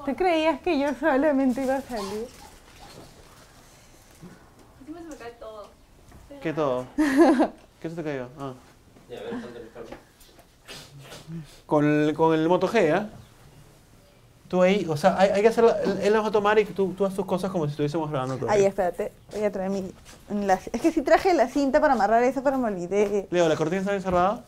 Speaker 2: ¿Tú creías que yo solamente iba a salir?
Speaker 1: Encima se me cae todo.
Speaker 4: ¿Qué todo? ¿Qué se te cayó? Ah.
Speaker 5: Ya, a ver, ponte el cable.
Speaker 4: Con el, con el Moto G, ¿ah? Tú ahí, o sea, hay, hay que hacer, la- él él las va a tomar y tú, tú haz tus cosas como si estuviésemos grabando todo.
Speaker 2: Ay, espérate, voy a traer mi enlace. Es que sí traje la cinta para amarrar eso, pero me olvidé.
Speaker 4: Leo, ¿la cortina está bien cerrada?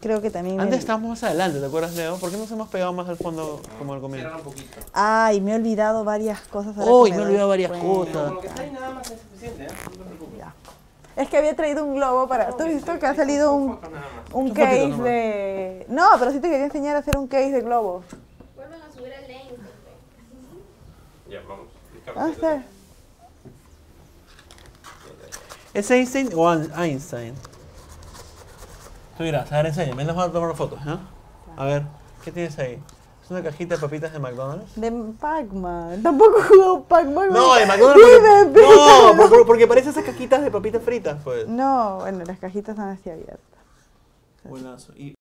Speaker 2: Creo que también... me
Speaker 4: Antes
Speaker 2: olvidé.
Speaker 4: estábamos más adelante, ¿te acuerdas, Leo? ¿Por qué nos hemos pegado más al fondo como al
Speaker 5: Cierra
Speaker 4: comienzo?
Speaker 5: un poquito.
Speaker 2: Ay, me he olvidado varias cosas. ahora
Speaker 4: Uy,
Speaker 2: que
Speaker 4: me he
Speaker 2: doy
Speaker 4: olvidado varias
Speaker 2: cuenta.
Speaker 4: cosas.
Speaker 5: Pero con lo que está ahí nada más es suficiente, ¿eh? No te preocupes.
Speaker 2: Ya. Es que había traído un globo para... ¿Tú has visto que ha salido un,
Speaker 5: Foto nada más.
Speaker 2: un
Speaker 4: Tú fotito
Speaker 2: case
Speaker 4: nomás.
Speaker 2: de... No, pero sí te quería enseñar a hacer un case de globos.
Speaker 1: Vuelvan a subir al lente.
Speaker 5: Ya, vamos.
Speaker 2: Ah, está.
Speaker 4: ¿Es Einstein o An- Einstein? Tú dirás, a ver, enséñame, nos van a tomar fotos, ¿no? A ver, ¿qué tienes ahí? ¿Es una cajita de papitas de McDonald's?
Speaker 2: De Pac-Man. Tampoco jugó Pac-Man.
Speaker 4: No, de
Speaker 2: Dime,
Speaker 4: McDonald's. porque-
Speaker 2: pídeme.
Speaker 4: No, por- porque parece esas cajitas de papitas fritas, pues.
Speaker 2: No, bueno, las cajitas están así abiertas.
Speaker 4: Buenazo. Y